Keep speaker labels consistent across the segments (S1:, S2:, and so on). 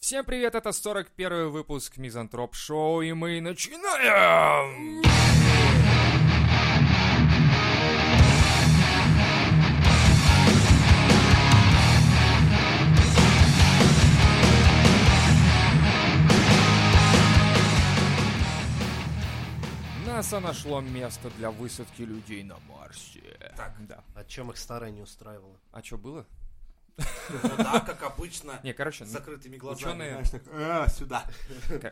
S1: Всем привет, это 41 выпуск Мизантроп Шоу, и мы начинаем! НАСА нашло место для высадки людей на Марсе. Так. Да.
S2: О чем их старое не устраивало?
S1: А что было?
S3: Ну да, как обычно,
S1: Не, короче,
S3: с закрытыми глазами.
S1: ну, ученые,
S3: знаешь, так, «А, сюда.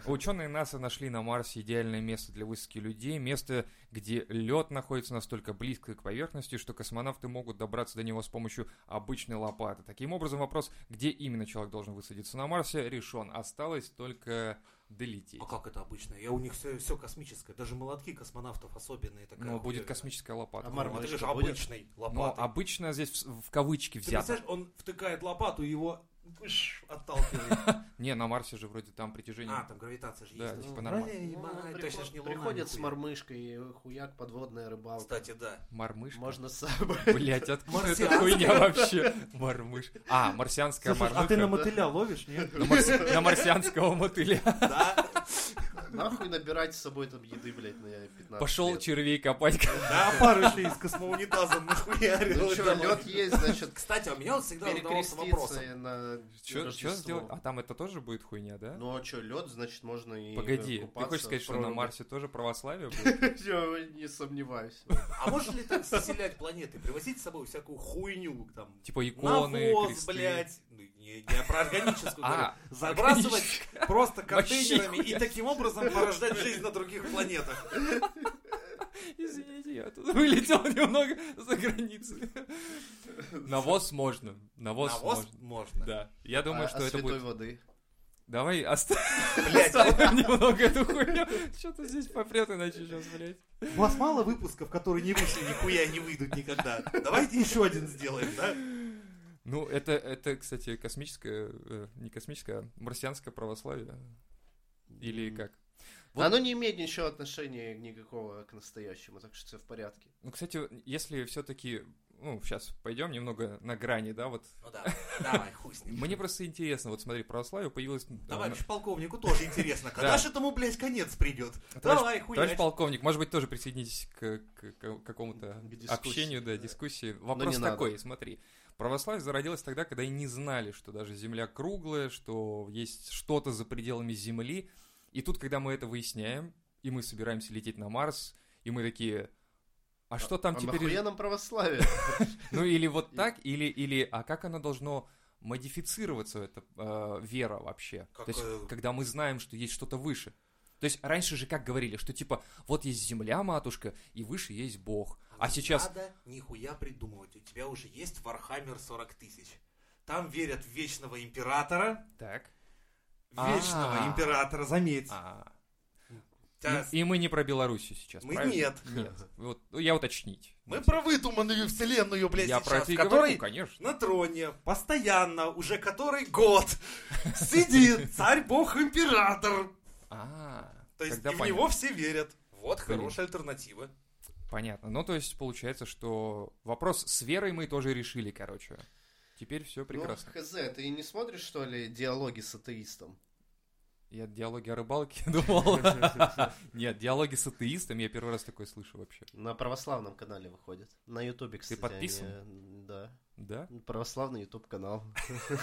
S1: Ученые Э, НАСА нашли на Марсе идеальное место для высадки людей, место, где лед находится настолько близко к поверхности, что космонавты могут добраться до него с помощью обычной лопаты. Таким образом, вопрос, где именно человек должен высадиться на Марсе, решен. Осталось только долететь.
S3: А как это обычно? Я у них все, космическое, даже молотки космонавтов особенные. Такая
S1: Но Ну, будет
S3: хуйня.
S1: космическая лопата.
S2: А
S3: Ну,
S2: Мармар
S3: это
S2: еще
S3: же
S2: будет?
S3: обычный
S1: Но
S3: лопата.
S1: обычно здесь в, в кавычки
S3: Ты
S1: Ну, взято.
S3: представляешь, он втыкает лопату, и его пыш, отталкивает.
S1: Не, на Марсе же вроде там притяжение.
S3: А, там гравитация же
S1: Да,
S3: есть.
S1: типа нормально.
S3: Ай,
S2: Ну,
S3: ебаная,
S2: приход-
S3: то есть это ж не луна,
S2: приходят с
S3: нихуя.
S2: мормышкой, хуяк, подводная рыбалка.
S3: Кстати, да.
S1: Мормышка.
S2: Можно с собой.
S1: Блять, откуда эта
S3: Марсианская.
S1: хуйня вообще? Мормыш. А, марсианская мормыха.
S3: мотыля ловишь, нет?
S1: На, марси- на марсианского мотыля.
S3: Да,
S2: Нахуй набирать с собой там еды, блядь, на 15
S1: Пошел
S2: лет.
S1: червей копать.
S3: да, пары шли из космоунитазом нахуярил.
S2: Ну что, лед есть, значит,
S3: Кстати, а у меня вот всегда задавался а вопросом.
S2: перекреститься на
S1: Че
S2: Рождество.
S1: сделать? А там это тоже будет хуйня, да?
S2: Ну а что, лед, значит, можно и
S1: Погоди, ты
S2: купаться
S1: хочешь сказать,
S2: в
S1: что на
S2: проруби.
S1: Марсе тоже православие будет?
S2: Я не сомневаюсь.
S3: А можно ли так заселять планеты, привозить с собой всякую хуйню, там,
S1: Типа иконы,
S3: навоз,
S1: кресты.
S3: блядь, ну, не, не, я про органическую говорю,
S1: А,
S3: забрасывать просто
S1: Вообще
S3: контейнерами и
S1: хуя.
S3: таким образом порождать жизнь на других планетах.
S1: Извините, я тут вылетел немного за границу. Навоз можно. Навоз
S3: Навоз
S1: можно.
S3: можно.
S1: Да. Я думаю,
S2: А-
S1: что
S2: а
S1: это
S2: святой
S1: будет...
S2: воды.
S1: Давай оставим
S3: Блядь, а
S1: немного эту хуйню. Что-то здесь попрет иначе сейчас, блядь.
S3: у вас мало выпусков, которые не вышли, нихуя не выйдут никогда. Давайте еще один сделаем, да?
S1: Ну, это, это, кстати, космическое, э, не космическое, а марсианское православие. Или
S2: М.
S1: как? Вот-
S2: А Оно не имеет ничего отношения никакого к настоящему, так что все в порядке.
S1: Ну, кстати, если все-таки, ну, сейчас пойдем немного на грани, да, вот.
S3: Ну да, давай, хуй с ним.
S1: Мне просто интересно, вот смотри, православие появилось... э, на-
S3: Товарищ полковнику тоже интересно, когда
S1: Да.
S3: же этому, блядь, конец придет?
S1: Товарищ-
S3: Давай, хуй
S1: Товарищ полковник, может быть, тоже присоединитесь к, к- к какому-то
S2: К дискуссии,
S1: общению, да,
S2: да.
S1: дискуссии. Вопрос
S2: не надо.
S1: такой, смотри. Православие зародилось тогда, когда и не знали, что даже Земля круглая, что есть что-то за пределами Земли. И тут, когда мы это выясняем, и мы собираемся лететь на Марс, и мы такие... А что там
S2: а
S1: теперь?
S2: нахуя нам православие?
S1: Ну или вот так, или, или, а как оно должно модифицироваться, эта э, вера вообще?
S3: Как,
S1: То есть,
S3: э,
S1: когда мы знаем, что есть что-то выше. То есть раньше же как говорили, что типа вот есть земля, матушка, и выше есть Бог. А
S3: Не
S1: сейчас
S3: Надо нихуя придумывать. У тебя уже есть Вархаммер 40 тысяч. Там верят в вечного императора.
S1: так.
S3: Вечного
S1: А.
S3: императора, заметь.
S1: а.
S3: Тебя-
S1: И, и мы не про Белоруссию сейчас. Ну,
S3: Мы
S1: правильно?
S3: нет.
S1: Нет. Вот ну, я уточнить.
S3: Мы про выдуманную вселенную, блядь,
S1: я про
S3: сейчас,
S1: это и
S3: который Ну,
S1: говорю, конечно.
S3: на троне постоянно, уже который год сидит царь-бог-император.
S1: А.
S3: То есть
S1: тогда
S3: и в
S1: понятно.
S3: него все верят. Вот
S1: Блин.
S3: хорошая альтернатива.
S1: Понятно. Ну, то есть, получается, что вопрос с верой мы тоже решили, короче. Теперь все прекрасно.
S2: Ну, хз, ты не смотришь, что ли, диалоги с атеистом?
S1: Я диалоги о рыбалке думал. Нет, диалоги с атеистом я первый раз такое слышу вообще.
S2: На православном канале выходит. На ютубе, кстати.
S1: подписан?
S2: они- Да.
S1: Да?
S2: Православный ютуб канал.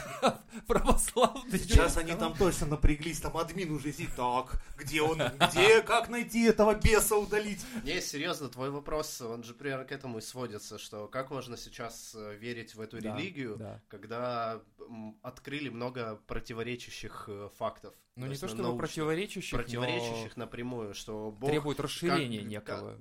S1: Православный.
S3: Сейчас они там точно напряглись, там админ уже сидит. Так, где он? Где? Как найти этого беса удалить?
S2: Не, серьезно, твой вопрос, он же примерно к этому и сводится, что как можно сейчас э, верить в эту
S1: Да,
S2: религию,
S1: да.
S2: когда м, открыли много противоречащих э, фактов.
S1: Ну, не
S2: есть
S1: то
S2: на-
S1: чтобы
S2: научных,
S1: противоречащих,
S2: противоречащих напрямую, что
S1: но
S2: Бог
S1: требует расширения
S2: как-
S1: некого.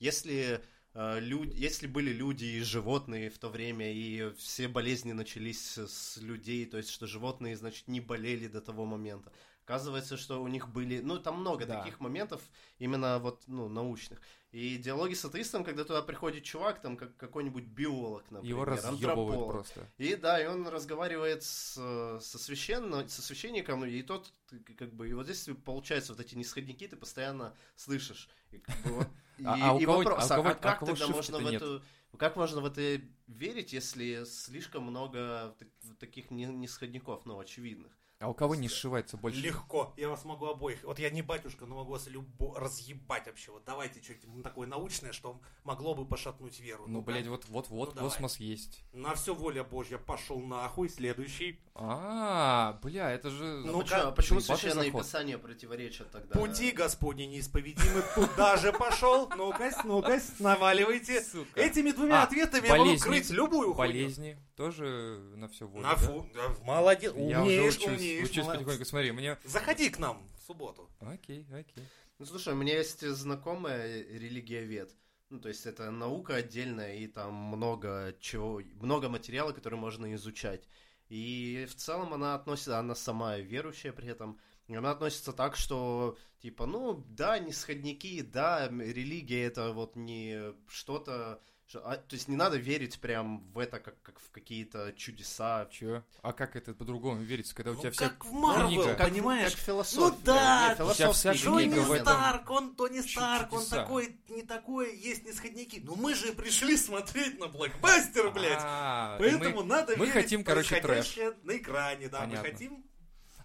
S2: Если, э, лю- если были люди и животные в то время, и все болезни начались с людей, то есть что животные, значит, не болели до того момента. Оказывается, что у них были... Ну, там много
S1: Да.
S2: таких моментов, именно вот, ну, научных. И диалоги с атеистом, когда туда приходит чувак, там, как какой-нибудь биолог, например,
S1: Его разъебывают
S2: антрополог.
S1: просто.
S2: И да, и он разговаривает с, э, со, священно, со священником, и тот, ты как бы, и вот здесь получается вот эти нисходники ты постоянно слышишь. И, как бы вот- и-
S1: А- а у
S2: и
S1: кого-
S2: вопрос,
S1: а у
S2: а,
S1: кого-
S2: а
S1: а у
S2: как
S1: кого
S2: тогда
S1: шифта-то
S2: можно в
S1: нет?
S2: эту, как можно в это верить, если слишком много так- вот таких ни- нисходников, ну, очевидных?
S1: А у кого не сшивается больше?
S3: Легко. Я вас могу обоих. Вот я не батюшка, но могу вас любо разъебать вообще. Вот давайте что-нибудь такое научное, что могло бы пошатнуть веру.
S1: Ну, блядь, вот, вот, вот,
S3: Ну, давай.
S1: космос есть.
S3: На все воля Божья пошел нахуй, следующий.
S1: А, бля, это же...
S2: Ну,
S3: Ну,
S2: почему,
S3: как-
S2: почему
S1: Ебатый
S2: священные
S1: заход.
S2: писания противоречат тогда?
S3: Пути Господни неисповедимы, туда же пошел. Ну-ка, ну-ка, наваливайте.
S1: сука.
S3: Этими
S1: А,
S3: двумя ответами я могу
S1: болезни.
S3: крыть любую хуйню.
S1: Болезни тоже на все волю,
S3: На
S1: да?
S3: фу. э, да, Молодец.
S1: Я уже
S3: Умеешь,
S1: учусь,
S3: умеешь.
S1: учусь
S3: молодец.
S1: потихоньку. Смотри, мне...
S3: Заходи к нам в субботу.
S1: Окей, окей.
S2: Ну, слушай, у меня есть знакомая э, религиовед. Ну, то есть это наука отдельная, и там много чего, много материала, который можно изучать. И в целом она относится, она сама верующая при этом, и она относится так, что типа, ну да, не сходники, да, м, религия это вот не что-то, что- а, то есть не надо верить прям в это как, как в какие-то чудеса.
S1: Чё? А как это по-другому верится, когда у
S3: Ну,
S1: тебя вся...
S3: как в Марвел,
S1: книга.
S2: Как-
S3: понимаешь?
S2: Как
S1: Ну
S2: философия.
S3: да,
S2: Нет,
S3: у тебя
S1: вся
S2: философские религии
S1: книга
S3: Джонни
S1: в этом.
S3: Старк, он Тони
S1: чу-
S3: Старк, он
S1: чудеса.
S3: такой, не такой, есть нисходники. Но мы же пришли смотреть на блокбастер, блядь.
S1: А, и мы-
S3: Поэтому надо
S1: мы
S3: верить
S1: хотим,
S3: в
S1: короче, трэш.
S3: происходящее на экране, да, мы
S1: Понятно.
S3: хотим.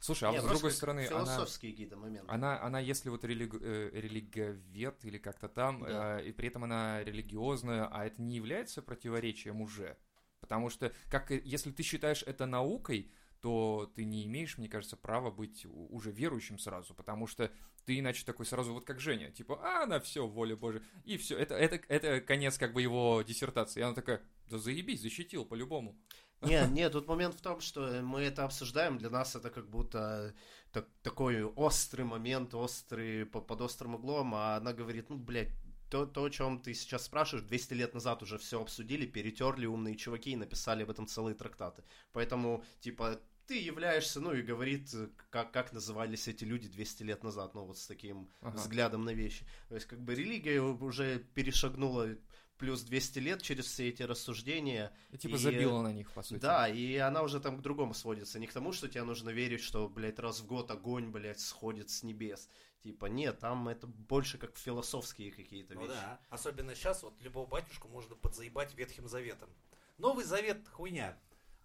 S1: Слушай, а
S2: Нет,
S1: вот с
S2: просто
S1: другой
S2: как
S1: стороны, она...
S2: философские какие-то моменты.
S1: Она, она, если вот религ- э, религовед или как-то там,
S2: Да.
S1: э, и при этом она религиозная, а это не является противоречием уже. Потому что, как и- если ты считаешь это наукой, то ты не имеешь, мне кажется, права быть у- уже верующим сразу, потому что ты иначе такой сразу вот как Женя, типа, а, на все, воля Божия, и все. Это, это, это конец как бы его диссертации. И она такая, да заебись, защитил по-любому.
S2: Нет, нет, тут момент в том, что мы это обсуждаем, для нас это как будто э, так- такой острый момент, острый, по- под острым углом, а она говорит, ну, блядь, то, то, о чем ты сейчас спрашиваешь, 200 лет назад уже все обсудили, перетерли умные чуваки и написали об этом целые трактаты. Поэтому, типа, ты являешься, ну, и говорит, э, как, как назывались эти люди 200 лет назад, ну, вот с таким
S1: Ага.
S2: взглядом на вещи. То есть, как бы, религия уже перешагнула плюс 200 лет через все эти рассуждения,
S1: И типа
S2: И,
S1: забила на них, по сути.
S2: да, и она уже там к другому сводится. Не к тому, что тебе нужно верить, что, блядь, раз в год огонь, блядь, сходит с небес. Типа, нет, там это больше как философские какие-то
S3: Ну
S2: вещи.
S3: да, особенно сейчас вот любого батюшку можно подзаебать Ветхим Заветом. Новый Завет хуйня.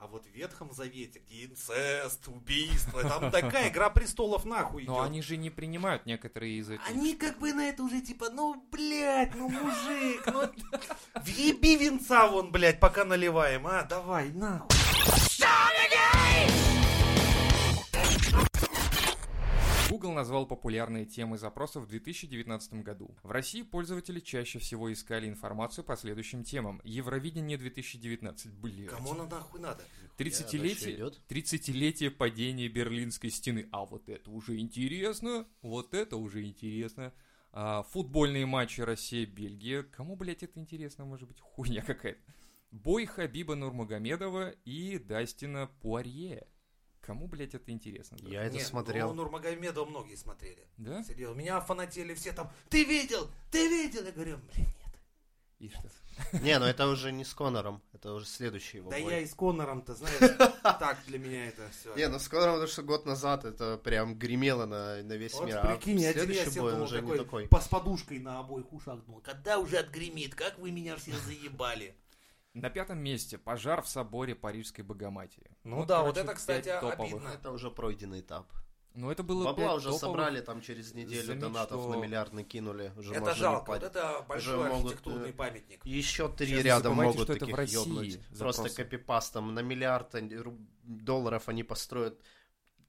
S3: А вот в Ветхом Завете, где инцест, убийство, там такая игра престолов нахуй
S1: Но
S3: идет.
S1: они же не принимают некоторые из этих.
S3: Они как бы на это уже типа, ну, блядь, ну, мужик, ну, въеби венца вон, блядь, пока наливаем, а, давай, нахуй.
S1: Google назвал популярные темы запросов в 2019 году. В России пользователи чаще всего искали информацию по следующим темам. Евровидение 2019, блядь.
S3: Кому оно нахуй надо?
S2: Я, она
S1: Тридцатилетие,
S2: ещё идёт?
S1: 30-летие падения Берлинской стены. А вот это уже интересно, вот это уже интересно. А, футбольные матчи Россия-Бельгия. Кому, блядь, это интересно? Может быть, хуйня какая-то. Бой Хабиба Нурмагомедова и Дастина Пуарье. Кому, блядь, это интересно?
S2: Я А это
S3: Не,
S2: смотрел.
S3: Ну, Нурмагомедова многие смотрели.
S1: Да?
S3: Сидел, меня фанатели все там, ты видел, ты видел, я говорю, блин, нет.
S1: И что?
S2: Не, ну это уже не с Конором, это уже следующий его
S3: Да
S2: бой.
S3: я и с Конором-то, знаешь, так для меня это все.
S2: Не, ну с Конором, потому что год назад это прям гремело на, на весь
S3: Вот
S2: мир.
S3: прикинь,
S2: а
S3: один я
S2: следующий
S3: сел,
S2: бой
S3: думал,
S2: уже
S3: такой,
S2: не такой.
S3: по- с подушкой на обоих ушах думал, когда уже отгремит, как вы меня все заебали.
S1: На пятом месте пожар в соборе Парижской Богоматери.
S3: Ну да, вот
S1: короче,
S3: это, кстати,
S1: пять топовых.
S3: обидно.
S2: Это уже пройденный этап.
S1: Ну это было
S2: Бабла
S1: пять
S2: уже
S1: топовых.
S2: собрали, там через неделю
S1: Заметь,
S2: донатов
S1: что-
S2: на миллиард накинули. Уже
S3: это
S2: можно не
S3: жалко, вот
S2: парить.
S3: это большой
S2: Уже могут,
S3: архитектурный
S2: э,
S3: памятник.
S2: Еще три
S1: Сейчас не
S2: рядом
S1: забывайте,
S2: могут
S1: что это в
S2: таких
S1: России
S2: ёбнуть.
S1: запросы.
S2: Просто копипастом на миллиард они- ру- долларов они построят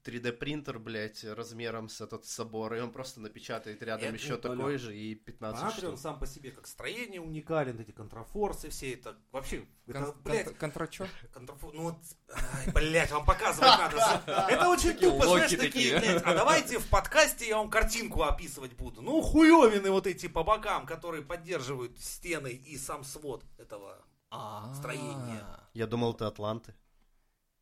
S2: 3D принтер, блядь, размером с этот собор, и он просто напечатает рядом
S3: Нет,
S2: еще
S3: не то,
S2: такой
S3: Лёх.
S2: же
S1: А,
S2: и 15
S3: Смотри, он
S2: штук.
S3: сам по себе как строение уникален, эти контрафорсы все это. Вообще,
S1: Кон-
S3: это, блядь,
S1: контр- контрачок?
S3: контрафор... Ну, вот, ай, блядь, вам показывать надо. Это очень
S1: Такие
S3: тупо, знаешь,
S1: лохи
S3: такие,
S1: такие.
S3: блядь, а давайте в подкасте я вам картинку описывать буду. Ну, хуёвины вот эти по бокам, которые поддерживают стены и сам свод этого
S1: А,
S3: строение.
S2: Я думал, ты Атланты.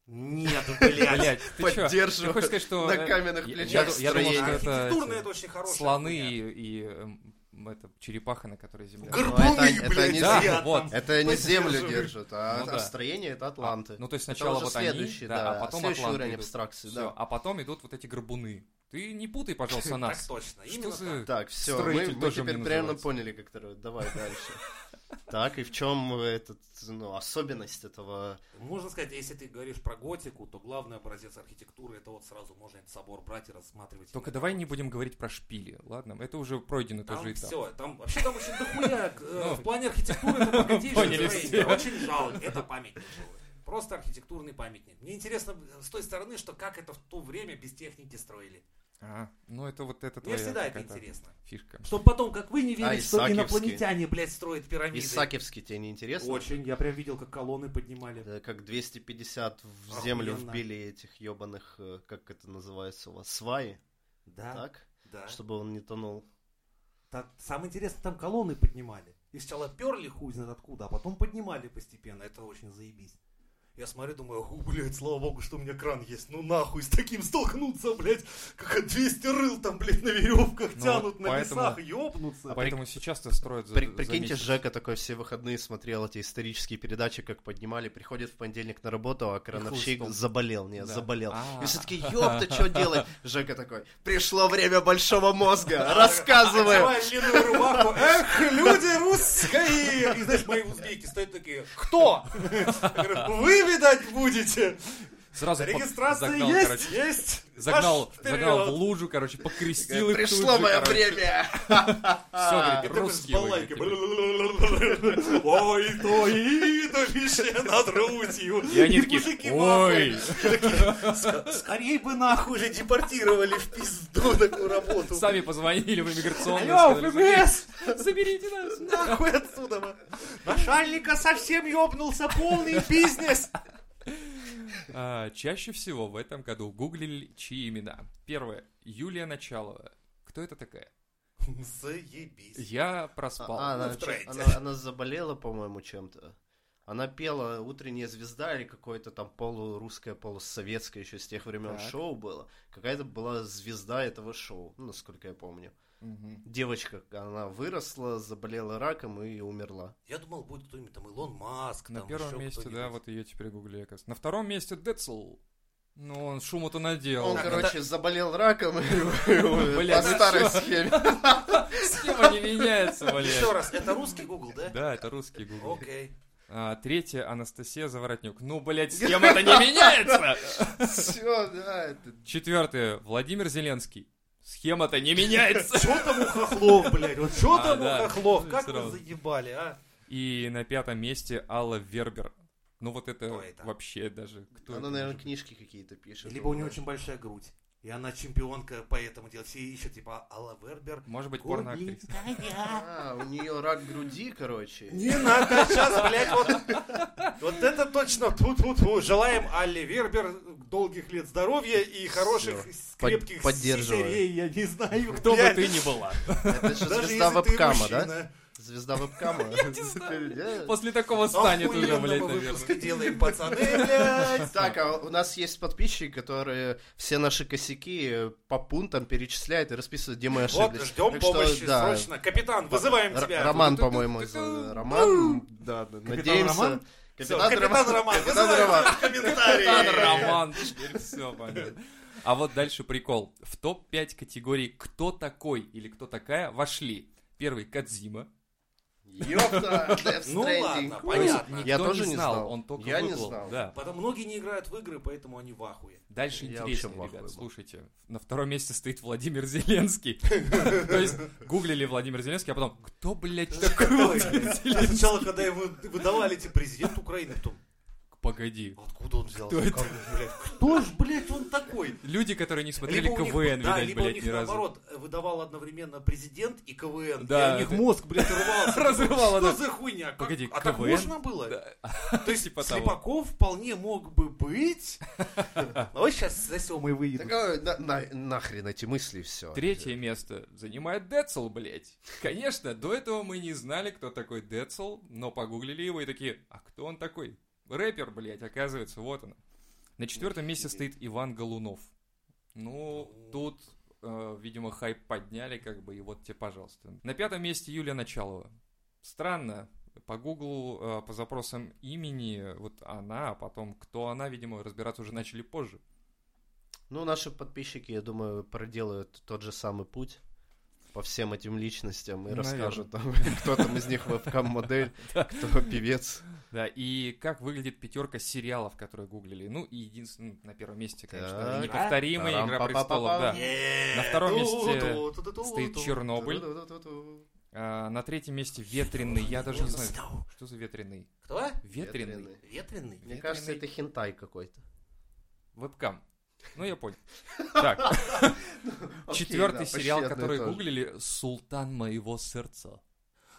S3: Нет, блядь.
S1: Блять, ты чё? Ты
S2: Поддерживаю.
S1: хочешь сказать, что...
S2: На
S1: э,
S2: каменных
S1: я-
S2: плечах
S1: я ду- Я думал,
S2: строение.
S1: что
S3: Архитектурно
S1: это
S3: это очень
S1: э,
S3: хорошая
S1: слоны
S3: хуйня.
S1: и- и эм, это черепаха, на которой земля. А,
S2: Гр-
S3: Горбуны,
S2: Ну, это- это
S3: блядь,
S2: не
S1: Да,
S3: сидят
S1: вот.
S3: там.
S2: Это не землю
S3: Поддерживаю.
S2: держат, а,
S1: Ну
S2: а
S1: да.
S2: следующий, это Атланты.
S1: Ну то есть
S2: Это
S1: сначала
S2: уже
S1: вот они,
S2: следующий, да,
S1: а потом
S2: следующий
S1: атланты
S2: уровень
S1: идут.
S2: абстракции,
S1: Всё,
S2: да.
S1: а потом идут вот эти горбуны. Ты не путай, пожалуйста,
S3: Так
S1: нас.
S3: точно.
S1: Что
S3: Именно
S1: за...
S2: Так, все, мы,
S1: Строитель
S2: мы
S1: тоже
S2: теперь
S1: мне
S2: прямо
S1: называется.
S2: поняли, как это... Давай дальше. Так, и в чем этот, ну, особенность этого...
S3: Можно сказать, если ты говоришь про готику, то главный образец архитектуры это вот сразу можно этот собор брать и рассматривать.
S1: Только
S3: именно
S1: давай
S3: вот.
S1: не будем говорить про шпили, ладно? Это уже пройденный
S3: там
S1: тоже этап.
S3: все, там вообще там очень дохуя. э,
S1: Ну.
S3: В плане архитектуры это богатейший
S1: Поняли
S3: Израиль.
S1: все.
S3: Очень жалко, это памятник был. Просто архитектурный памятник. Мне интересно э, с той стороны, что как это в то время без техники строили.
S1: А, ну это вот это
S3: Мне
S1: твоя
S3: всегда это
S1: какая-то
S3: интересно.
S1: фишка.
S3: Чтобы потом, как вы не
S2: А,
S3: верите, что
S2: Исаакиевский.
S3: инопланетяне, блядь, строят пирамиды.
S2: Исаакиевский тебе не интересно?
S3: Очень. Я прям видел, как колонны поднимали.
S2: Да, как 250 в землю
S3: Охуенно.
S2: вбили этих ебаных, э, как это называется у вас, сваи,
S1: А?
S3: Да,
S2: так?
S3: да.
S2: Чтобы он не тонул.
S3: Та- самое интересное, там колонны поднимали. И сначала перли хуй знает откуда, а потом поднимали постепенно. Это очень заебись. Я смотрю, думаю, ху, блядь, слава богу, что у меня кран есть. Ну нахуй, с таким столкнуться, блядь, как от 200 рыл там, блядь, на веревках
S1: Ну,
S3: тянут на
S1: поэтому-
S3: весах, ёбнутся.
S1: А поэтому сейчас-то строят за,
S2: При-
S1: за
S2: прикиньте,
S1: месяц.
S2: Жека такой все выходные смотрел эти исторические передачи, как поднимали, приходит в понедельник на работу, а крановщик
S1: стол.
S2: заболел, не,
S1: Да.
S2: заболел.
S1: А.
S2: И все таки ёпта, что делать? Жека такой, пришло время большого мозга, рассказываю.
S3: Одеваю длинную рубаху. Эх, люди русские! И знаешь, мои узбеки стоят такие, кто? Я говорю, Вы, видать, будете.
S1: Сразу по-
S3: Регистрация
S1: загнал,
S3: есть,
S1: короче,
S3: есть.
S1: загнал,
S3: Марш вперед.
S1: загнал в лужу, короче, покрестил их
S2: Пришло мое время.
S1: Все,
S3: И
S1: говорит,
S3: ты с
S1: русские вы,
S3: балалайкой.
S1: говорит.
S3: Ой, то идолище над Рутью.
S1: И они
S3: мужики
S1: такие,
S3: в ахуе.
S1: ой,
S3: Скорей бы нахуй же депортировали в пизду такую работу.
S1: сами позвонили в иммиграционную.
S3: Алло,
S1: сказали,
S3: ФБС!
S1: Заберите нас.
S3: Нахуй А отсюда. ва. Начальника совсем ёбнулся, полный бизнес.
S1: А, Чаще всего в этом году гуглили чьи имена. Первое. Юлия Началова. Кто это такая?
S3: Заебись.
S1: Я
S2: А,
S1: проспал.
S2: Она
S3: в тренде.
S2: она- она заболела, по-моему, чем-то. Она пела «Утренняя звезда» или какое-то там полурусское, полусоветское еще с тех времен
S1: Так.
S2: шоу было. Какая-то была звезда этого шоу, ну, насколько я помню.
S1: Мгм.
S2: Девочка, она выросла, заболела раком и умерла.
S3: Я думал, будет кто-нибудь там Илон Маск.
S1: На
S3: там
S1: первом
S3: ещё
S1: месте, да,
S3: кто-нибудь.
S1: вот ее теперь гугли, оказывается. На втором месте Децл. Ну, он шуму-то наделал.
S2: Он,
S1: Да.
S2: короче, заболел раком и- и-
S1: Бля,
S2: по
S3: ну
S1: да
S2: старой
S1: всё.
S2: схеме.
S1: Схема не меняется,
S3: Еще
S1: блядь.
S3: раз, это русский Google, да?
S1: Да, это русский гугл.
S3: Окей.
S1: А, третья Анастасия Заворотнюк. Ну, блядь, схема-то не меняется!
S2: Все, да, это-
S1: Четвертое. Владимир Зеленский. Схема-то не меняется!
S3: Чё там у хохлов, блядь? Вот чё
S1: А,
S3: там у
S1: да.
S3: хохлов? Как вы
S1: Сразу.
S3: заебали, а?
S1: И на пятом месте Алла Вербер. Ну вот это,
S3: Кто это?
S1: вообще даже... Кто
S2: Она,
S1: это
S2: наверное,
S1: может
S2: книжки какие-то пишет.
S3: Либо у нее очень большая грудь. И она чемпионка по этому делу. Все ищут, типа, Алла Вербер.
S1: быть? Может быть,
S3: Горденькая.
S1: порноактриса.
S2: А, у нее рак груди, короче.
S3: Не надо сейчас, блядь, вот, вот это точно. Тут, тут, Желаем Алле Вербер долгих лет здоровья и хороших, с-
S2: Под-
S3: крепких
S2: поддерживаю.
S3: сиськарей, я не знаю,
S1: Кто бы
S3: блядь.
S1: ты ни была.
S2: Это же
S3: Даже
S2: звезда
S3: если ты
S2: вебкама, да?
S3: мужчина.
S2: Звезда вебкама. Да.
S1: После такого станет уже,
S3: Охуенно
S1: блядь,
S3: мы
S1: наверное.
S3: выпуски делаем, пацаны, блядь.
S2: Так, а у нас есть подписчики, которые все наши косяки э, по пунктам перечисляют и расписывают, где мы ошиблись.
S3: Вот, ждем
S2: Так что,
S3: помощи,
S2: да,
S3: срочно. Капитан, вызываем
S2: Р-
S3: тебя.
S2: Роман,
S1: Ту-ту-ту-ту-ту.
S2: по-моему, из- Роман, да, да, надеемся.
S1: Роман?
S3: Хм. Всё, Капитан Роман,
S2: Капитан
S3: вызываем
S2: Роман.
S3: комментарий.
S1: Капитан Роман, теперь все понятно. А вот дальше прикол. В топ-5 категорий «Кто такой» или «Кто такая» вошли. Первый Кадзима.
S2: Ёпта, Death
S3: Ну ладно,
S2: Stranding.
S3: понятно.
S2: Я тоже не знал.
S1: Он только
S2: Я не
S1: выплыл,
S2: знал.
S1: Да.
S3: Потом многие не играют в игры, поэтому они в ахуе.
S1: Дальше
S2: Я
S1: интереснее,
S2: вообще в ахуе
S1: ребят,
S2: был.
S1: слушайте. На втором месте стоит Владимир Зеленский. То есть гуглили Владимир Зеленский, а потом, кто, блядь, такой Владимир
S3: Я
S1: Зеленский?
S3: А Сначала, когда его выдавали эти президент Украины, потом,
S1: Погоди.
S3: откуда он взял?
S1: Кто это?
S3: Кто ж, блядь, он такой?
S1: Люди, которые не смотрели
S3: у них-
S1: КВН,
S3: да,
S1: видать,
S3: либо у
S1: блядь,
S3: них,
S1: ни разу.
S3: наоборот, э, выдавал одновременно президент и КВН.
S1: Да,
S3: и у них
S1: это-
S3: мозг, блядь, рвался.
S1: Разрывало,
S3: Что
S1: да.
S3: за хуйня? Как-
S1: Погоди,
S3: а так
S1: КВН?
S3: можно было? То есть
S1: Типа того.
S3: Слепаков вполне мог бы быть. Давай сейчас засем и выйду.
S2: Так, а, на- на- Нахрен эти мысли, все.
S1: Третье место занимает Децл, блядь. Конечно, до этого мы не знали, кто такой Децл, но погуглили его и такие, а кто он такой? Рэпер, блядь, оказывается, вот он. На четвертом месте стоит Иван Голунов. Ну, тут, э, видимо, хайп подняли, как бы, и вот тебе, пожалуйста. На пятом месте Юлия Началова. Странно, по гуглу, э, по запросам имени, вот она, а потом кто она, видимо, разбираться уже начали позже.
S2: Ну, наши подписчики, я думаю, проделают тот же самый путь по всем этим личностям и
S1: Наверное.
S2: расскажут, там, кто там из них вебкам-модель, кто певец.
S1: Да, и как выглядит пятерка сериалов, которые гуглили. Ну, и единственный на первом месте, конечно,
S2: Так.
S1: неповторимая «Игра
S2: Тарам-па-па-па.
S1: престолов», да. На втором месте
S3: Ту-ту-ту-ту-ту-ту.
S1: стоит «Чернобыль».
S2: Ту-ту-ту-ту.
S1: А, на третьем месте «Ветреный». Я даже не знаю,
S3: Snow.
S1: что за «Ветреный».
S3: Кто?
S1: «Ветреный».
S3: Ветреный?
S2: Мне кажется, это хентай какой-то.
S1: Вебкам. Ну, я понял. Так, четвертый сериал, который гуглили, «Султан моего сердца».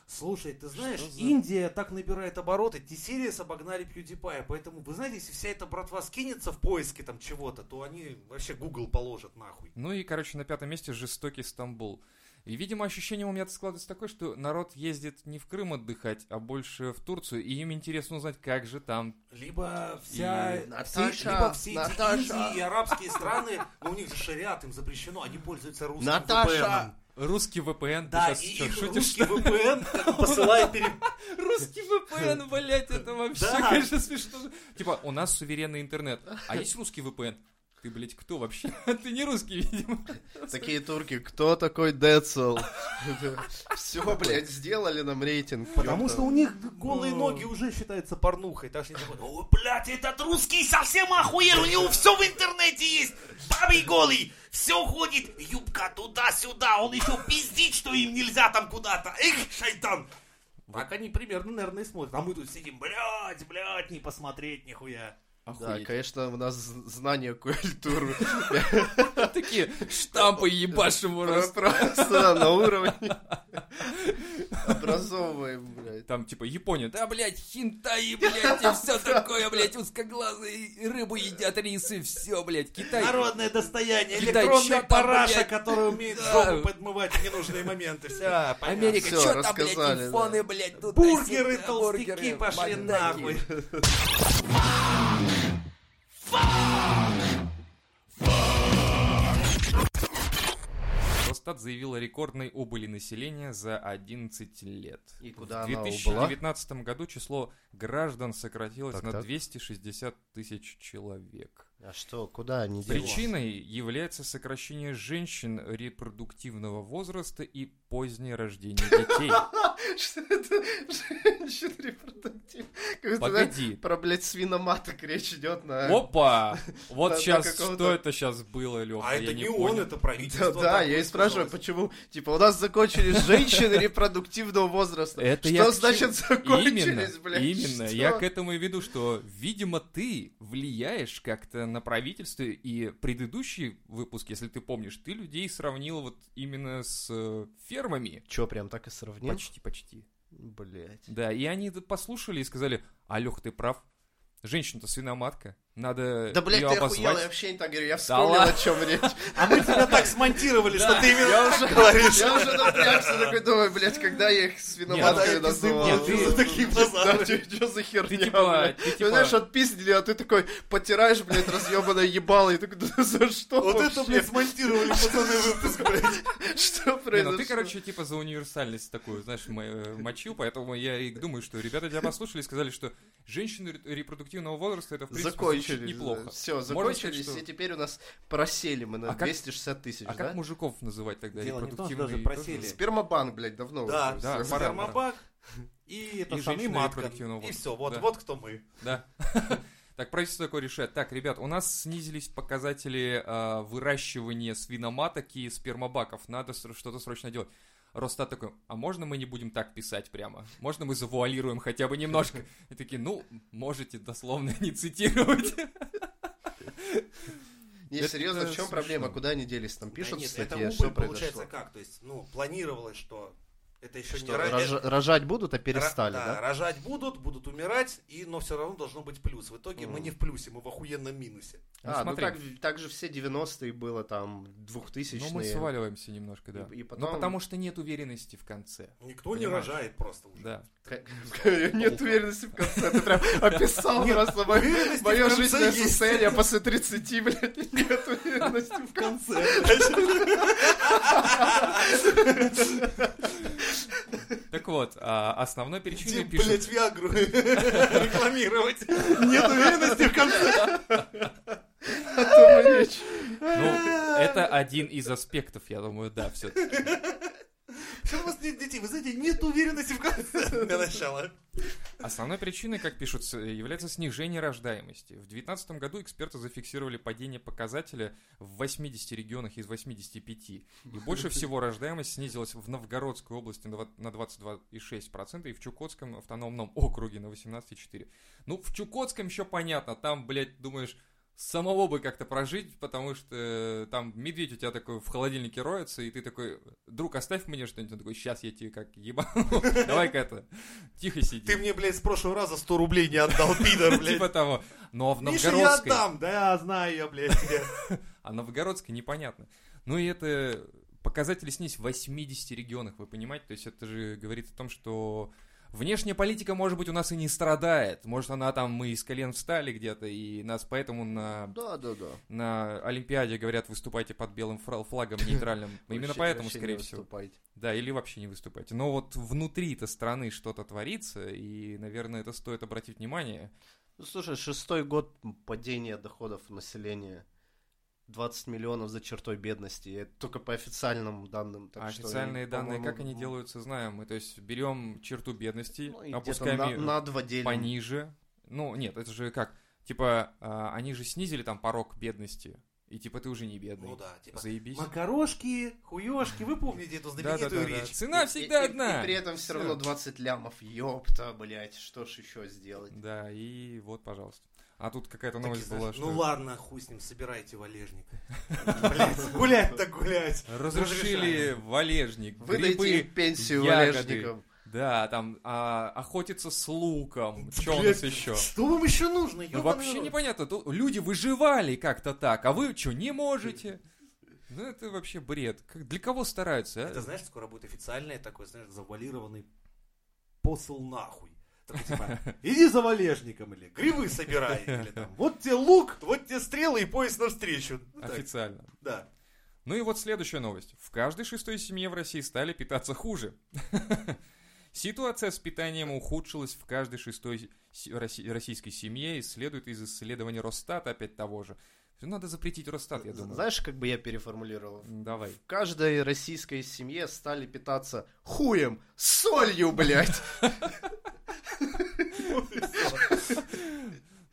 S3: Слушай, ты знаешь,
S1: за-
S3: Индия так набирает обороты, T-Series обогнали PewDiePie, поэтому, вы знаете, если вся эта братва скинется в поиске там чего-то, то они вообще Google положат нахуй.
S1: Ну и, короче, на пятом месте «Жестокий Стамбул». И, видимо, ощущение у меня складывается такое, что народ ездит не в Крым отдыхать, а больше в Турцию, и им интересно узнать, как же там.
S3: Либо вся...
S1: И-
S2: Наташа,
S3: все- либо все эти
S2: Наташа.
S3: Индии и арабские страны, но у них же шариат, им запрещено, они пользуются русским
S2: Наташа!
S3: VPN.
S1: Русский VPN,
S3: Да,
S1: ты
S3: и
S1: сейчас что,
S3: их
S1: шутишь?
S3: русский VPN как бы посылает пере-
S1: Русский VPN, блять, это вообще,
S3: Да.
S1: конечно, смешно. Типа, у нас суверенный интернет, а есть русский VPN? Ты, блядь, кто вообще? Ты не русский, видимо.
S2: Такие турки, кто такой Децл? Все, блядь, сделали нам рейтинг.
S3: Потому
S2: ёпта.
S3: что у них голые
S1: О.
S3: ноги уже считаются порнухой. Так что они такой, о, блядь, этот русский совсем охуел, у него все в интернете есть. Бабы голый, все ходит, юбка туда-сюда, он еще пиздит, что им нельзя там куда-то. Эх, шайтан. Так они примерно, наверное, и смотрят. А мы тут сидим, блядь, блядь, не посмотреть нихуя.
S2: Да,
S1: Охуеть.
S2: конечно, у нас з- знание культуры
S1: Такие штампы ебашим раз.
S2: просто да, на уровне. Образовываем, блядь.
S1: Там, типа, Япония, да, блядь, хинтаи, блядь, и все такое, блядь, узкоглазые, рыбу едят, рисы, все, блядь, Китай.
S3: Народное достояние,
S1: Китай,
S3: электронная
S1: чё там,
S3: параша,
S1: блядь?
S3: которая умеет
S1: Да.
S3: жопу подмывать в ненужные моменты. Все,
S1: Америка,
S2: Всё,
S1: что там, блядь,
S2: рассказали,
S1: телефоны,
S2: да.
S1: блядь, тут
S3: Бургеры,
S1: сита,
S3: толстяки
S1: бургеры,
S3: пошли
S1: мандаки.
S3: нахуй.
S1: Росстат заявил о рекордной убыли населения за 11 лет.
S2: И куда
S1: в
S2: она убыла?
S1: 2019 году число граждан сократилось
S2: Так,
S1: на
S2: так.
S1: 260 тысяч человек.
S2: А что, куда они
S1: Причиной является сокращение женщин репродуктивного возраста и позднее рождение детей.
S2: Что это? Женщин репродуктив. Как будто, да,
S1: Погоди.
S2: Про, блядь, свиноматок речь идет на...
S1: Опа!
S2: э, Да,
S1: Вот
S2: да,
S1: сейчас,
S2: какого-то-
S1: что это сейчас было, Леха?
S3: А это не он, это
S2: Да,
S3: правительство.
S2: да, я и
S3: такое
S2: спрашиваю,
S3: сказалось.
S2: почему, типа, у нас закончились женщины репродуктивного возраста.
S1: Это я к
S2: Что
S1: чему?
S2: значит
S1: Именно,
S2: закончились, блядь?
S1: именно.
S2: Что?
S1: Я к этому и веду, что, видимо, ты влияешь как-то на правительство, и предыдущий выпуск, если ты помнишь, ты людей сравнил вот именно с э, фермами.
S2: Чё, прям так и сравнил?
S1: Почти, почти.
S2: Блядь.
S1: Да, и они это послушали и сказали, а, Лёх, ты прав, женщина-то свиноматка, надо
S2: Да, блядь,
S1: её
S2: ты охуел, я
S1: обозвать.
S2: вообще не так говорю, я вспомнил, о
S1: ладно.
S2: чем речь.
S3: А мы тебя так смонтировали, что ты именно
S2: Я
S3: так
S2: уже-
S3: говоришь.
S2: Я уже напрягся, такой думаю, блядь, когда я их свиноматками
S3: Нет, да,
S2: называл.
S1: нет, ты-
S2: Да,
S3: такие базары.
S2: Да, ты чё за херня,
S1: Ты типа-
S2: блядь?
S1: ты типа-
S2: Ну, знаешь, отпиздили, а ты такой потираешь, блядь, разъебанное ебало, и такой, да за что
S3: Вот это,
S2: вообще?
S3: блядь, смонтировали пацаны выпуск, блядь.
S2: Что
S1: Не,
S2: произошло?
S1: ну ты, короче, типа за универсальность такую, знаешь, мо- э, мочил, поэтому я и думаю, что ребята тебя послушали и сказали, что женщины ре- репродуктивного возраста это, в принципе, звучит
S2: Закончились.
S1: неплохо. А
S2: Все,
S1: Можно
S2: закончились,
S1: сказать,
S2: и
S1: что-
S2: теперь у нас просели мы на
S1: А как-
S2: 260 тысяч,
S1: А как
S2: да?
S1: мужиков называть тогда?
S3: Дело не в том, что
S1: Репродуктивные
S3: даже просили.
S2: Спермобанк, блядь, давно
S3: Да,
S2: уже.
S1: да,
S2: Всё.
S1: пора.
S3: Спермобак и это
S1: И
S3: самый
S1: женщина
S3: матка.
S1: репродуктивного
S3: И
S1: возраста.
S3: все, вот,
S1: Да.
S3: вот кто мы.
S1: Да. Так, правительство такое решает. Так, ребят, у нас снизились показатели э, выращивания свиноматок и спермобаков. Надо ср- что-то срочно делать. Росстат такой, а можно мы не будем так писать прямо? Можно мы завуалируем хотя бы немножко? И такие, ну, можете дословно не цитировать.
S2: Не,
S1: Это
S2: серьезно, в чем
S1: смешно.
S2: проблема? Куда они делись? Там пишут
S3: Да
S2: в
S3: нет,
S2: статье,
S3: это
S2: что
S3: убыль получается
S2: произошло?
S3: как? То есть, ну, планировалось, что это еще не
S2: Что,
S3: ра-
S2: рож- рожать будут, а перестали,
S3: Ра-
S2: да?
S3: Рожать будут, будут умирать, и, но все равно должно быть плюс. В итоге мы
S2: Мгм.
S3: не в плюсе, мы в охуенном минусе.
S1: Ну,
S2: а,
S1: смотри.
S2: ну так, так же все 90-е было, там, 2000-е.
S1: Ну, мы сваливаемся немножко, да.
S2: И- и потом-
S1: Ну, потому что нет уверенности в конце.
S3: Никто не
S1: Понимаешь.
S3: рожает просто уже.
S1: Да.
S2: Как- Нет уверенности в конце, ты прям описал
S3: Нет,
S2: просто мое
S3: уверенности в
S2: мое
S3: конце
S2: жизненное
S3: есть.
S2: состояние а после 30, блядь, нет уверенности в конце.
S1: Так вот, а, основной причиной
S3: Иди,
S1: пишут...
S3: блядь, Виагру рекламировать. Нет уверенности в конце.
S2: О том и речь.
S1: Ну, один из аспектов, я думаю, да, все
S3: Почему у вас нет детей? Вы знаете, нет уверенности в конце для начала.
S1: Основной причиной, как пишут, с- является снижение рождаемости. В 2019 году эксперты зафиксировали падение показателя в 80 регионах из 85. И больше всего рождаемость снизилась в Новгородской области на два- на 22,6% и в Чукотском автономном округе на 18,4%. Ну, в Чукотском еще понятно, там, блядь, думаешь, самого бы как-то прожить, потому что э, там медведь у тебя такой в холодильнике роется, и ты такой, друг, оставь мне что-нибудь. Он такой, сейчас я тебе как ебану, давай-ка это, тихо сиди.
S3: Ты мне, блядь, с прошлого раза 100 рублей не отдал, пидор, блядь.
S1: Типа того. Но в
S3: Миша, я
S1: Новгородской...
S3: отдам. Да, я знаю ее, блядь, тебе.
S1: А Новгородской непонятно. Ну и это показатели снизь в 80 регионах, вы понимаете? То есть это же говорит о том, что внешняя политика, может быть, у нас и не страдает. Может, она там, мы из колен встали где-то, и нас поэтому на,
S2: Да, да, да.
S1: на Олимпиаде говорят, выступайте под белым фра- флагом нейтральным. Ну, Именно
S2: Вообще-
S1: поэтому,
S2: вообще не
S1: скорее всего.
S2: выступайте.
S1: Да, или вообще не выступайте. Но вот внутри-то страны что-то творится, и, наверное, это стоит обратить внимание.
S2: Ну, слушай, шестой год падения доходов населения. 20 миллионов за чертой бедности. И Это только по официальным данным. так
S1: а
S2: что,
S1: официальные данные,
S2: по-моему,
S1: как они
S2: м,
S1: делаются, знаем. Мы, то есть, берем черту бедности,
S2: ну, и где-то
S1: опускаем
S2: на,
S1: ее
S2: на два делим.
S1: пониже. Ну, нет, это же как? Типа, а, они же снизили там порог бедности, и типа ты уже не бедный.
S3: Ну да, типа.
S1: Заебись.
S3: Макарошки, хуёшки, вы помните эту знаменитую
S1: Да-да-да-да.
S3: речь?
S1: Цена
S2: И-
S1: всегда
S2: и- и-
S1: одна.
S2: И при этом все
S1: Всё.
S2: равно 20 лямов. Ёпта, блять, что ж еще сделать?
S1: Да, и вот, пожалуйста. А тут какая-то
S3: Такие,
S1: новость
S3: знаешь,
S1: была,
S3: Ну
S1: что
S3: ладно, хуй с ним, собирайте валежник. Блядь, гулять так гулять.
S1: разрушили валежник,
S2: Выдайте
S1: грибы,
S2: им пенсию
S1: ягоды.
S2: валежникам.
S1: Да, там а, охотиться с луком. Что у нас
S3: Блядь,
S1: еще?
S3: Что вам еще нужно?
S1: Ну
S3: ёбаный
S1: вообще
S3: рот?
S1: непонятно. Тут люди выживали как-то так, а вы что, не можете? Ну это вообще бред. Как- для кого стараются,
S3: Это,
S1: а?
S3: знаешь, скоро будет официальное такой, знаешь, завалированный посыл нахуй. Такой, типа, иди за валежником или грибы собирай. Или, там, вот тебе лук, вот тебе стрелы и пояс навстречу. Ну, так,
S1: Официально.
S3: да.
S1: Ну и вот следующая новость. В каждой шестой семье в России стали питаться хуже. Ситуация с питанием ухудшилась в каждой шестой с- росси- российской семье, и следует из исследований Росстата опять того же. Надо запретить Росстат,
S3: Э,
S1: я думаю.
S2: Знаешь, как бы я переформулировал?
S1: М, Давай.
S2: В каждой российской семье стали питаться хуем, солью, блядь.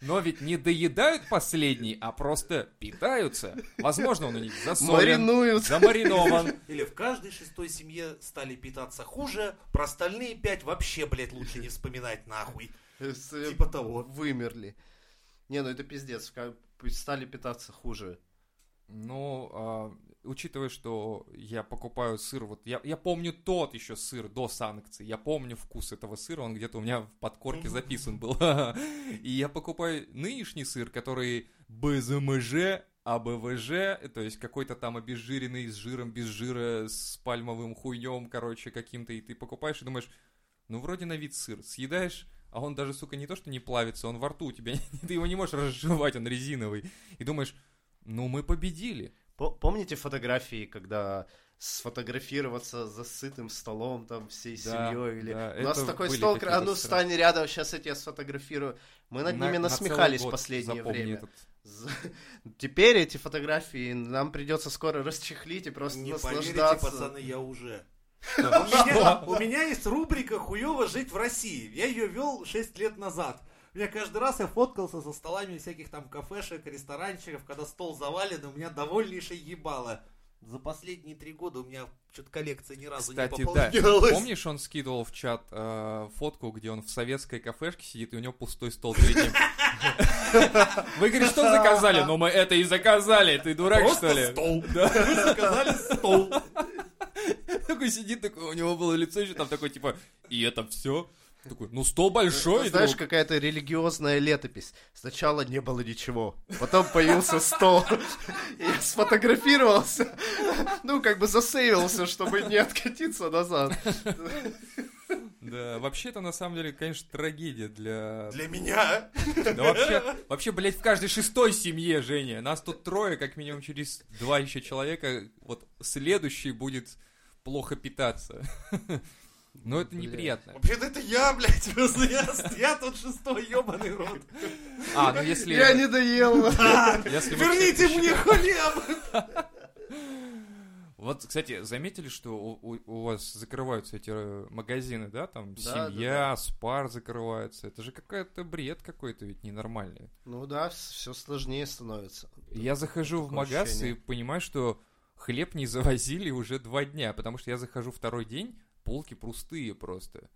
S1: Но ведь не доедают последний, а просто питаются. Возможно, он у них засолен,
S2: Маринуют.
S1: замаринован.
S3: Или в каждой шестой семье стали питаться хуже, про остальные пять вообще, блядь, лучше не вспоминать нахуй.
S2: С-
S3: Типа того.
S2: Вымерли. Не, ну это пиздец. как бы Стали питаться хуже.
S1: Ну, а, учитывая, что я покупаю сыр, вот я, я помню тот еще сыр до санкций, я помню вкус этого сыра, он где-то у меня в подкорке записан был. И я покупаю нынешний сыр, который БЗМЖ, АБВЖ, то есть какой-то там обезжиренный с жиром, без жира, с пальмовым хуем, короче, каким-то, и ты покупаешь и думаешь, ну, вроде на вид сыр, съедаешь, а он даже, сука, не то, что не плавится, он во рту у тебя, ты его не можешь разжевать, он резиновый. И думаешь, ну, мы победили.
S2: По- Помните фотографии, когда сфотографироваться за сытым столом там всей
S1: Да,
S2: семьей или
S1: да,
S2: у нас
S1: это
S2: такой
S1: были
S2: стол
S1: такие
S2: а ну
S1: рестораны.
S2: встань рядом сейчас я тебя сфотографирую мы над ними
S1: На- на целый
S2: насмехались
S1: год
S2: последнее
S1: запомни
S2: время
S1: этот.
S2: З- теперь эти фотографии нам придется скоро расчехлить и просто
S3: Не поверите,
S2: наслаждаться
S3: пацаны, я уже. У
S1: Что?
S3: меня, у меня есть рубрика «Хуёво жить в России». Я ее вел 6 лет назад. У меня каждый раз я фоткался за столами всяких там кафешек, ресторанчиков, когда стол завален, у меня довольнейшее ебало. За последние три года у меня что-то коллекция ни разу не
S1: Кстати, да.
S3: пополнялась.
S1: Помнишь, он скидывал в чат э, фотку, где он в советской кафешке сидит, и у него пустой стол перед ним. Вы, говорит, что заказали? Ну, мы это и заказали. Ты дурак, что ли?
S3: стол.
S1: Да.
S3: Вы заказали стол.
S1: Такой сидит, такой, у него было лицо еще там такое, типа, и это все? Такой, ну, стол большой.
S2: Знаешь,
S1: друг».
S2: какая-то религиозная летопись. Сначала не было ничего, потом появился стол. И Я сфотографировался, ну, как бы засейвился, чтобы не откатиться назад.
S1: Да, вообще это, на самом деле, конечно, трагедия для...
S3: Для меня.
S1: Да вообще, вообще, блядь, в каждой шестой семье, Женя. Нас тут трое, как минимум через два еще человека. Вот следующий будет плохо питаться. Но это
S2: Блядь.
S1: неприятно.
S3: Вообще-то это я, блядь, просто я, я тот шестой ебаный рот.
S1: А, ну если...
S2: Я не доел.
S1: если мы-
S3: Верните мне хлеб!
S1: Вот, кстати, заметили, что у, у- у вас закрываются эти э, магазины, да, там
S2: Да, да,
S1: семья, спар закрывается. Это же какая-то бред какой-то ведь ненормальный.
S2: Ну да, все сложнее становится.
S1: Я захожу в
S2: такое
S1: магаз
S2: ощущение.
S1: и понимаю, что хлеб не завозили уже два дня, потому что я захожу второй день, полки пустые просто.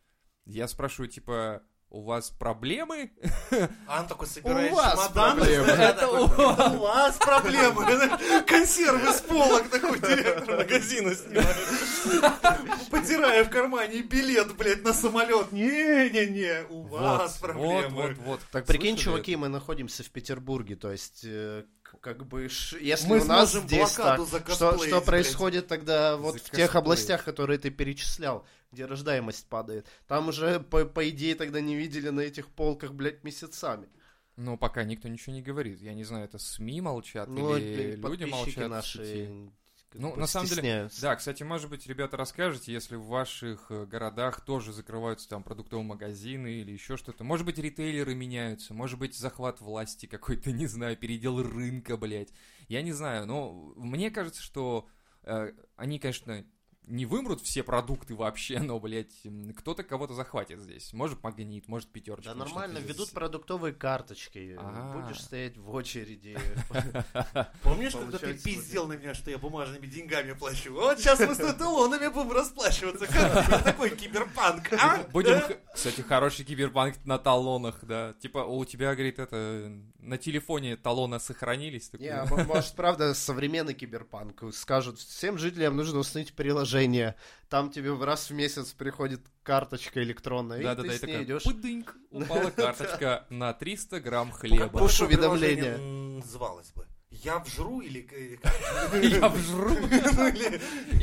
S1: Я спрашиваю, типа, у вас проблемы?
S3: А он такой собирает
S2: У вас
S3: чемодан.
S2: проблемы.
S3: Да,
S1: Это
S3: такой, у вас проблемы. Консервы с полок такой директор магазина снимает. Потирая в кармане билет, блядь, на самолет. Не-не-не, у
S1: вот,
S3: вас
S1: вот,
S3: проблемы.
S1: вот, вот.
S2: Так прикинь,
S1: Слышали
S2: чуваки, мы находимся в Петербурге, то есть, э, к- как бы, ш- если
S3: Мы
S2: у нас
S3: сможем
S2: здесь
S3: блокаду
S2: так,
S3: закосплеить,
S2: что, что
S3: блядь.
S2: происходит тогда вот в
S1: Закосплеить.
S2: тех областях, которые ты перечислял, где рождаемость падает? Там уже, по, по идее, тогда не видели на этих полках, блядь, месяцами.
S1: Но пока никто ничего не говорит. Я не знаю, это СМИ молчат
S2: Ну,
S1: или
S2: блин,
S1: люди
S2: подписчики
S1: молчат в
S2: наши...
S1: сети.
S2: как
S1: Ну,
S2: бы,
S1: на самом деле,
S2: стесняются.
S1: Да, кстати, может быть, ребята расскажете, если в ваших э, городах тоже закрываются там продуктовые магазины или еще что-то. Может быть, ритейлеры меняются, может быть, захват власти какой-то, не знаю, передел рынка, блядь. Я не знаю, но мне кажется, что э, они, конечно, не вымрут все продукты вообще, но, блядь, м, кто-то кого-то захватит здесь. Может, магнит, может, пятерочка.
S2: Да
S1: может,
S2: нормально,
S1: что-то
S2: ведут
S1: здесь.
S2: продуктовые карточки.
S1: А.
S2: Будешь стоять в очереди.
S3: Помнишь, когда ты
S2: Получается,
S3: пиздел на меня, что я бумажными деньгами плачу? Вот сейчас мы с нетелонами будем расплачиваться. Как тебе такой киберпанк, а?
S1: Будем,
S3: Да?
S1: х- кстати, хороший киберпанк на талонах, да. Типа, у тебя, говорит, это, на телефоне талоны сохранились. такой.
S2: Не, а мо- может, правда, современный киберпанк скажут, всем жителям нужно установить приложение. Там тебе в раз в месяц приходит карточка электронная, и
S1: Да, да,
S2: ты
S1: да, и
S2: с ней
S1: такая,
S2: идешь.
S1: пудыньк, упала карточка на 300 грамм
S3: Как бы
S1: хлеба.
S2: Пуш
S3: такое
S2: уведомления.
S3: приложение Называлось бы. Я вжру или или как? Ну,
S1: Я вжру,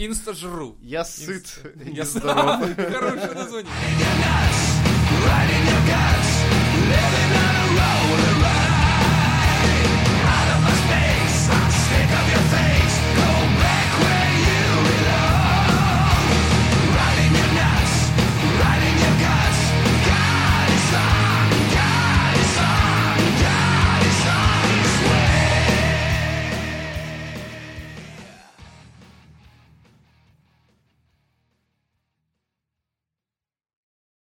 S1: инстажру.
S2: Я Ну сыт,
S1: Инста-
S2: и
S1: Я с-
S2: здоров.
S1: Хорошее название.
S4: Riding your gut,